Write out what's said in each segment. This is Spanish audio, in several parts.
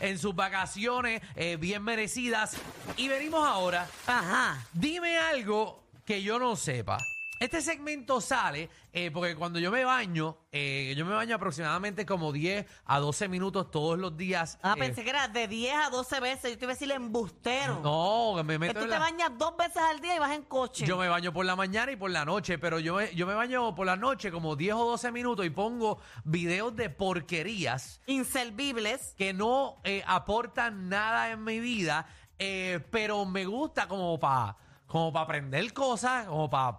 en sus vacaciones eh, bien merecidas. Y venimos ahora. Ajá. Dime algo que yo no sepa. Este segmento sale eh, porque cuando yo me baño, eh, yo me baño aproximadamente como 10 a 12 minutos todos los días. Ah, eh, pensé que era de 10 a 12 veces. Yo te iba a decir embustero. No, que me que meto tú en te la- bañas dos veces al día y vas en coche. Yo me baño por la mañana y por la noche, pero yo, me- yo me baño por la noche como 10 o 12 minutos y pongo videos de porquerías Inservibles. que no eh, aportan nada en mi vida, eh, pero me gusta como para como pa aprender cosas, como para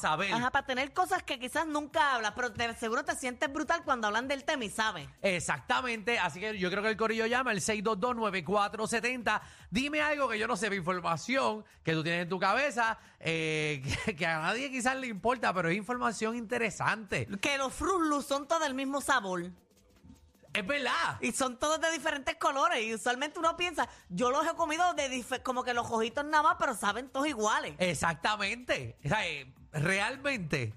saber. Ajá, para tener cosas que quizás nunca hablas, pero te- seguro te sientes brutal cuando hablan del tema y sabes. Exactamente, así que yo creo que el corillo llama el 622-9470. Dime algo que yo no sé, información que tú tienes en tu cabeza, eh, que, que a nadie quizás le importa, pero es información interesante. Que los fruslus son todos del mismo sabor. Es verdad. Y son todos de diferentes colores. Y usualmente uno piensa, yo los he comido de dife- como que los ojitos nada más, pero saben todos iguales. Eh. Exactamente. O sea, eh, realmente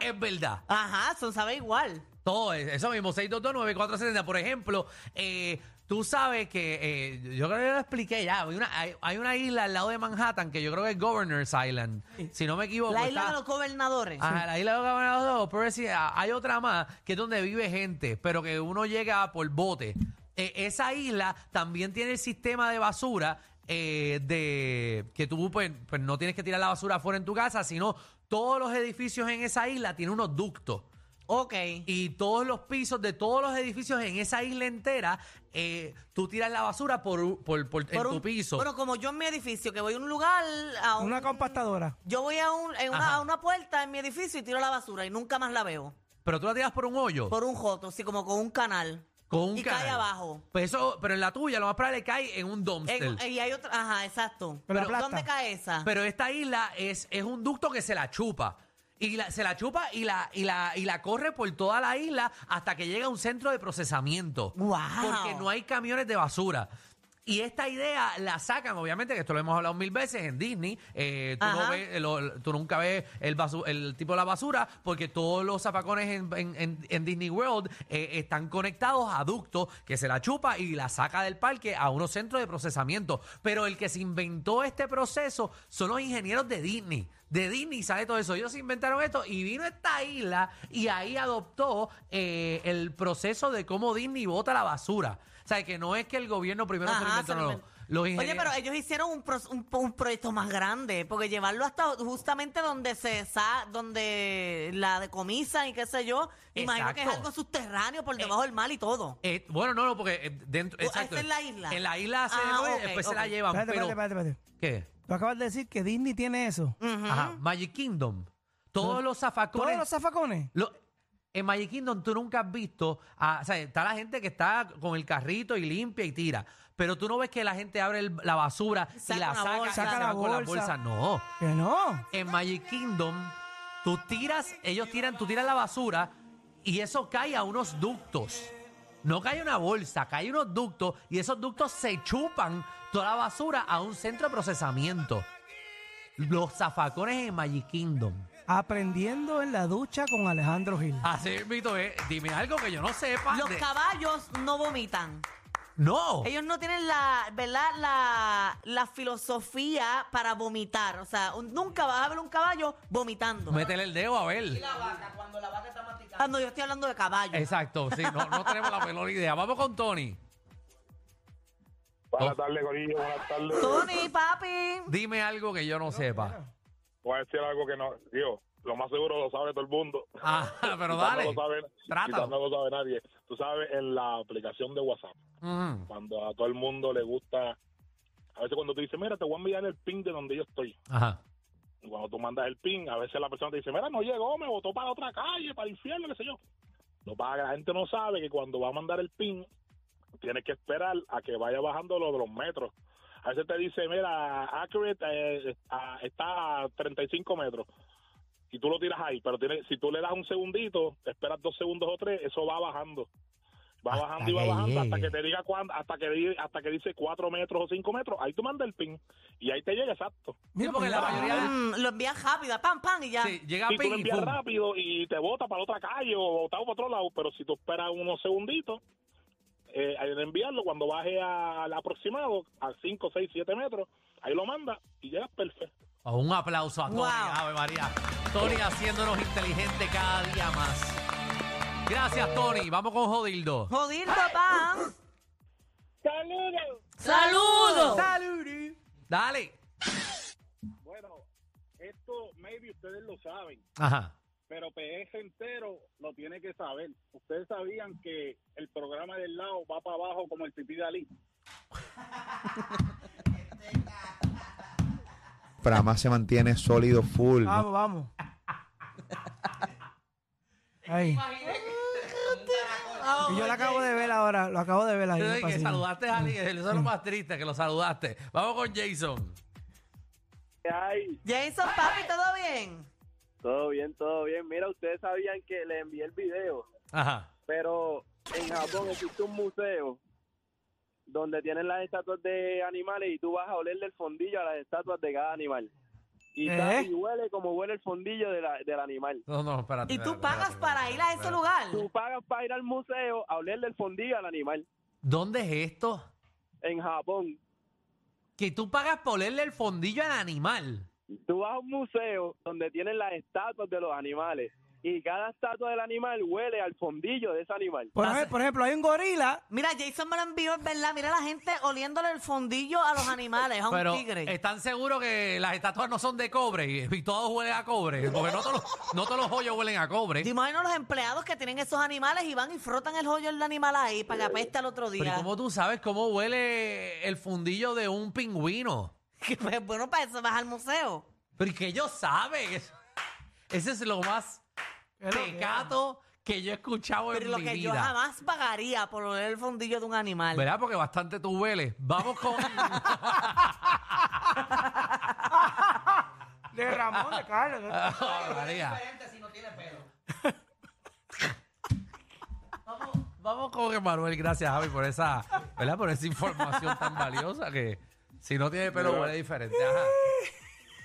es verdad. Ajá, son sabe igual. Todo es- eso mismo, 6229470. Por ejemplo, eh, tú sabes que, eh, yo creo que ya lo expliqué ya, hay una, hay, hay una isla al lado de Manhattan que yo creo que es Governor's Island, si no me equivoco. La isla está- Ah. de los gobernadores. Ajá, la isla de los gobernadores, pero sí, ah, hay otra más que es donde vive gente, pero que uno llega por bote. Eh, esa isla también tiene el sistema de basura eh, de que tú pues, pues, no tienes que tirar la basura afuera en tu casa, sino todos los edificios en esa isla tienen unos ductos. Ok. Y todos los pisos de todos los edificios en esa isla entera, eh, tú tiras la basura por, u- por, por- en Por tu un- piso. Bueno, como yo en mi edificio, que voy a un lugar, a un- Una compactadora. yo voy a, un- en una, Ajá. a una puerta en mi edificio y tiro la basura y nunca más la veo. pero tú la tiras por un hoyo. Por un joto, así como con un canal. con un y canal. cae abajo. Pues eso, pero en la tuya lo más probable es que cae en un dumpster. En- y hay otra, ajá, exacto. Pero aplasta. ¿dónde cae esa? Pero esta isla es, es un ducto que se la chupa. Y la- se la chupa y la, y, la, y la corre por toda la isla hasta que llega a un centro de procesamiento. ¡Wow! Porque no hay camiones de basura. Y esta idea la sacan, obviamente, que esto lo hemos hablado mil veces en Disney. eh, tú, no Ajá. ves- lo- tú nunca ves el, basu- el tipo de la basura porque todos los zafacones en, en- en- en Disney World eh, están conectados a ductos que se la chupa y la saca del parque a unos centros de procesamiento. Pero el que se inventó este proceso son los ingenieros de Disney. De Disney sale todo eso. Ellos inventaron esto y vino esta isla y ahí adoptó eh, el proceso de cómo Disney bota la basura. O sea, que no es que el gobierno primero se lo Ajá, inventó, se no, lo no. inventó. Los Oye, ingenieros- pero ellos hicieron un, pro- un, po- un proyecto más grande, porque llevarlo hasta justamente donde se sa- donde la decomisan y qué sé yo, imagino que es Exacto. algo subterráneo por debajo del mar y todo. Eh, bueno, no, no, porque eh, dentro. Uh, exacto. esa es la isla. En la isla se Ah, recoge, ok, después ok. se la llevan. Espérate, pero, Mm, espérate, espérate, espérate. ¿Qué? Tú acabas de decir que Disney tiene eso. Ajá. Magic Kingdom. Todos los zafacones. Todos los zafacones. lo- en Magic Kingdom tú nunca has visto. a- o sea, está la gente que está con el carrito y limpia y tira. Pero tú no ves que la gente abre el- la basura y Saca la una saca, y bolsa. se Saca va la con la bolsa. bolsa. No. Que no. En Magic Kingdom, tú tiras, ellos tiran, tú tiras la basura y eso cae a unos ductos. No cae una bolsa, cae unos ductos y esos ductos se chupan toda la basura a un centro de procesamiento. Los zafacones en Magic Kingdom. Aprendiendo en la ducha con Alejandro Gil. Así mito es. Dime algo que yo no sepa. Los de- caballos no vomitan. No. Ellos no tienen la, ¿verdad? La, la filosofía para vomitar. O sea, un- nunca vas a ver un caballo vomitando. Métele el dedo a ver. Cuando yo estoy hablando de caballo. Exacto, sí, no, no tenemos la menor idea. Vamos con Tony. Buenas tardes, Corillo. Buenas tardes. Tony, papi. Dime algo que yo no sepa. Voy a decir algo que no. Digo, lo más seguro lo sabe todo el mundo. Ah, pero Quizás dale. No lo sabe, Trátalo. quizás no lo sabe nadie. Tú sabes, en la aplicación de WhatsApp, Mm. cuando a todo el mundo le gusta. A veces cuando te dice, mira, te voy a enviar el pin de donde yo estoy. Ajá. Y cuando tú mandas el pin, a veces la persona te dice, mira, no llegó, me botó para otra calle, para el infierno, qué sé yo. Lo que pasa es que la gente no sabe que cuando va a mandar el pin, tienes que esperar a que vaya bajando lo de los metros. A veces te dice, mira, Accurate eh, a- está a 35 metros. Y tú lo tiras ahí, pero tiene, si tú le das un segundito, esperas dos segundos o tres, eso va bajando. Va Hasta bajando y va que bajando hasta llegue. que te diga cuándo, hasta que, di- hasta que dice cuatro metros o cinco metros. Ahí tú mandas el pin y ahí te llega exacto. Sí, porque pues, la ya. mayoría- Mm, lo envían rápido, pam, pam, y ya. Sí, llega Si tú ping lo y envías pum. rápido y te bota para otra calle o botado para otro lado, pero si tú esperas unos segunditos, eh, en enviarlo cuando baje al aproximado a 5, 6, 7 metros. Ahí lo manda y llega perfecto. Oh, Un aplauso a Tony. Wow. Ave María. Tony haciéndonos inteligente cada día más. Gracias, Tony. Vamos con Jodildo. Jodir, papá. Saludos. ¡Saludos! Salud. Dale. Bueno, esto maybe ustedes lo saben, Ajá. pero PS entero lo tiene que saber. Ustedes sabían que el programa del lado va para abajo como el pipí de Ali. Pero además se mantiene sólido, full. ¿no? Vamos, vamos. Ahí. Y yo lo acabo de ver ahora, lo acabo de ver ahí. en el Ay, que pasillo. saludaste a alguien. Eso es lo más triste, que lo saludaste. Vamos con Jason. Ay, Jason, papi, ¿todo bien? todo bien, todo bien. Mira, ustedes sabían que le envié el video, Ajá. pero en Japón existe un museo donde tienen las estatuas de animales y tú vas a oler del fondillo a las estatuas de cada animal. Y, ¿Eh? sabe, y huele como huele el fondillo de la- del animal. No, no, espérate. ¿Y tú espérate, pagas espérate, para ir a ese espérate. lugar? Tú pagas para ir al museo a oler del fondillo al animal ¿Dónde es esto? en Japón. Que tú pagas por olerle el fondillo al animal. Tú vas a un museo donde tienen las estatuas de los animales y cada estatua del animal huele al fondillo de ese animal. Por, ej- por ejemplo, hay un gorila. Mira, Jason me lo envió, es verdad. Mira la gente oliéndole el fondillo a los animales, a un Pero tigre. están seguros que las estatuas no son de cobre y, y todos huelen a cobre. Porque no todos, los- no todos los hoyos huelen a cobre. Te imagino los empleados que tienen esos animales y van y frotan el hoyo del animal ahí para que apeste al otro Pero ¿y día. cómo tú sabes cómo huele el fundillo de un pingüino? Que, pues, bueno, para eso vas al museo. Pero ¿y que ellos saben. Eso- Ese es lo más Es lo que- pecato que yo he escuchado Pero en lo mi que vida. yo jamás pagaría por oler el fondillo de un animal. ¿Verdad? Porque bastante tú hueles. Vamos con. De Ramón, de Carlos. Ah, María. Vamos- Vamos con Emanuel, gracias Javi por esa, ¿verdad? Por esa información tan valiosa que si no tiene pelo Mira. huele diferente. Ajá.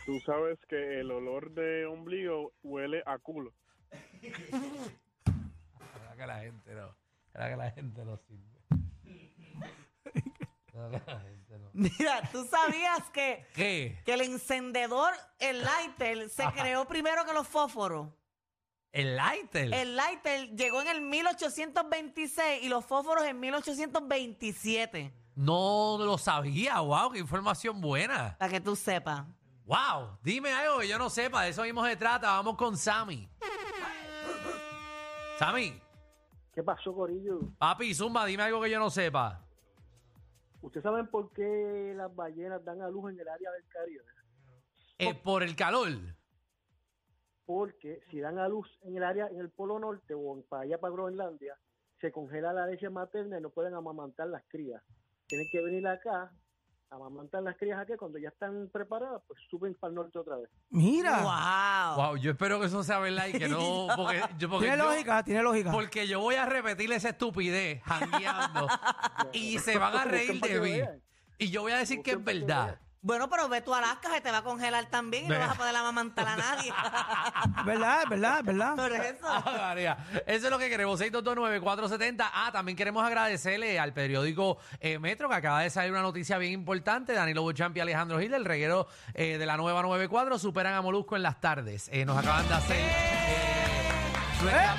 Tú sabes que el olor de ombligo huele a culo. Verdad que la gente no, verdad que la gente no sirve. Verdad que la gente no- Mira, tú sabías que, ¿Qué? que el encendedor, el lighter, se creó primero que los fósforos. El lighter. El lighter llegó en el 1826 y los fósforos en 1827. No lo sabía, wow, qué información buena. Para que tú sepas. Wow, dime algo que yo no sepa, de eso mismo se trata. Vamos con Sammy. Sammy, ¿Qué pasó, Corillo? papi, Zumba, dime algo que yo no sepa. ¿Ustedes saben por qué las ballenas dan a luz en el área del Caribe? Eh, por el calor. Porque si dan a luz en el área, en el Polo Norte o en- para allá para Groenlandia, se congela la leche materna y no pueden amamantar las crías. Tienen que venir acá, amamantar las crías aquí, cuando ya están preparadas, pues suben para el norte otra vez. Mira. ¡Wow! Wow, yo espero que eso sea verdad y que no. Porque yo, porque Ah. Tiene yo- lógica, tiene lógica. porque yo voy a repetir esa estupidez jangueando y se van a reír de mí. Y yo voy a decir que es verdad. Bueno, pero ve tu Alaska, se te va a congelar también y no Ve. vas a poder amamantar a nadie. ¿Verdad? ¿Verdad? ¿Verdad? Por eso. Ah, María. Eso es lo que queremos, 6229470. Ah, también queremos agradecerle al periódico eh, Metro que acaba de salir una noticia bien importante. Danilo Buchampi y Alejandro Gil, el reguero eh, de la nueva 94, superan a Molusco en las tardes. Eh, nos acaban de hacer eh, nuestra,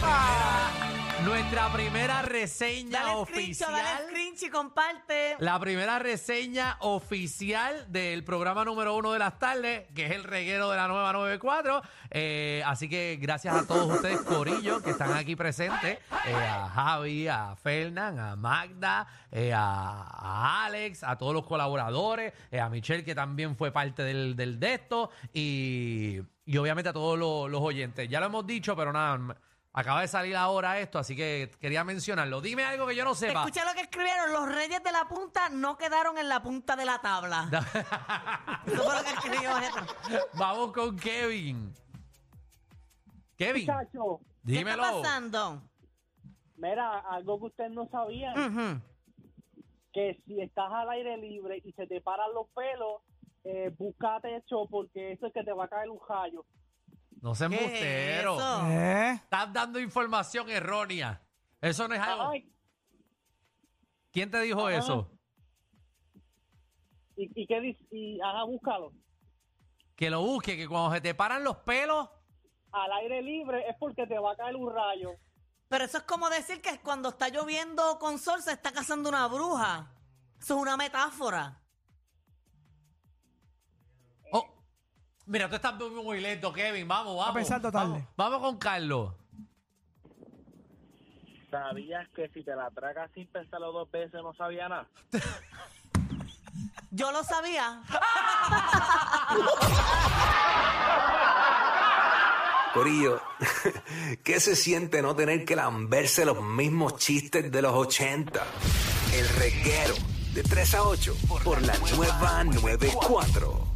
primera, nuestra primera reseña Dale screenshot, oficial. dale screenshot y comparte. La primera reseña oficial del programa número uno de las tardes, que es el reguero de la nueva 94. Eh, así que gracias a todos ustedes, Corillo, que están aquí presentes. Eh, a Javi, a Fernan, a Magda, eh, a, a Alex, a todos los colaboradores, eh, a Michelle, que también fue parte del, del de esto. Y, y obviamente a todos los, los oyentes. Ya lo hemos dicho, pero nada. m- Acaba de salir ahora esto, así que quería mencionarlo. Dime algo que yo no sepa. Escucha lo que escribieron. Los reyes de la punta no quedaron en la punta de la tabla. Eso fue lo que escribió Getro. Vamos con Kevin. Kevin, Muchachos, ¿Qué está dímelo. pasando? mira, algo que ustedes no sabían, Ujú. que si estás al aire libre y se te paran los pelos, eh, busca techo porque eso es que te va a caer un rayo. No seas ¿Qué es embustero. eso? ¿Eh? Estás dando información errónea. Eso no es algo. ¿Quién te dijo Ajá. eso? ¿Y, y qué dice? Y, ajá, búscalo. Que lo busque, que cuando se te paran los pelos, Al aire libre es porque te va a caer un rayo. Pero eso es como decir que cuando está lloviendo con sol se está casando una bruja. Eso es una metáfora. Oh, mira, tú estás muy- muy lento, Kevin. Vamos, vamos. pensando tarde. Vamos, vamos con Carlos. ¿Sabías que si te la tragas sin pensarlo dos veces no sabía nada? Yo lo sabía. Corillo, ¿qué se siente no tener que lamberse los mismos chistes de los 80? El reguero de 3 a 8 por la nueva 94.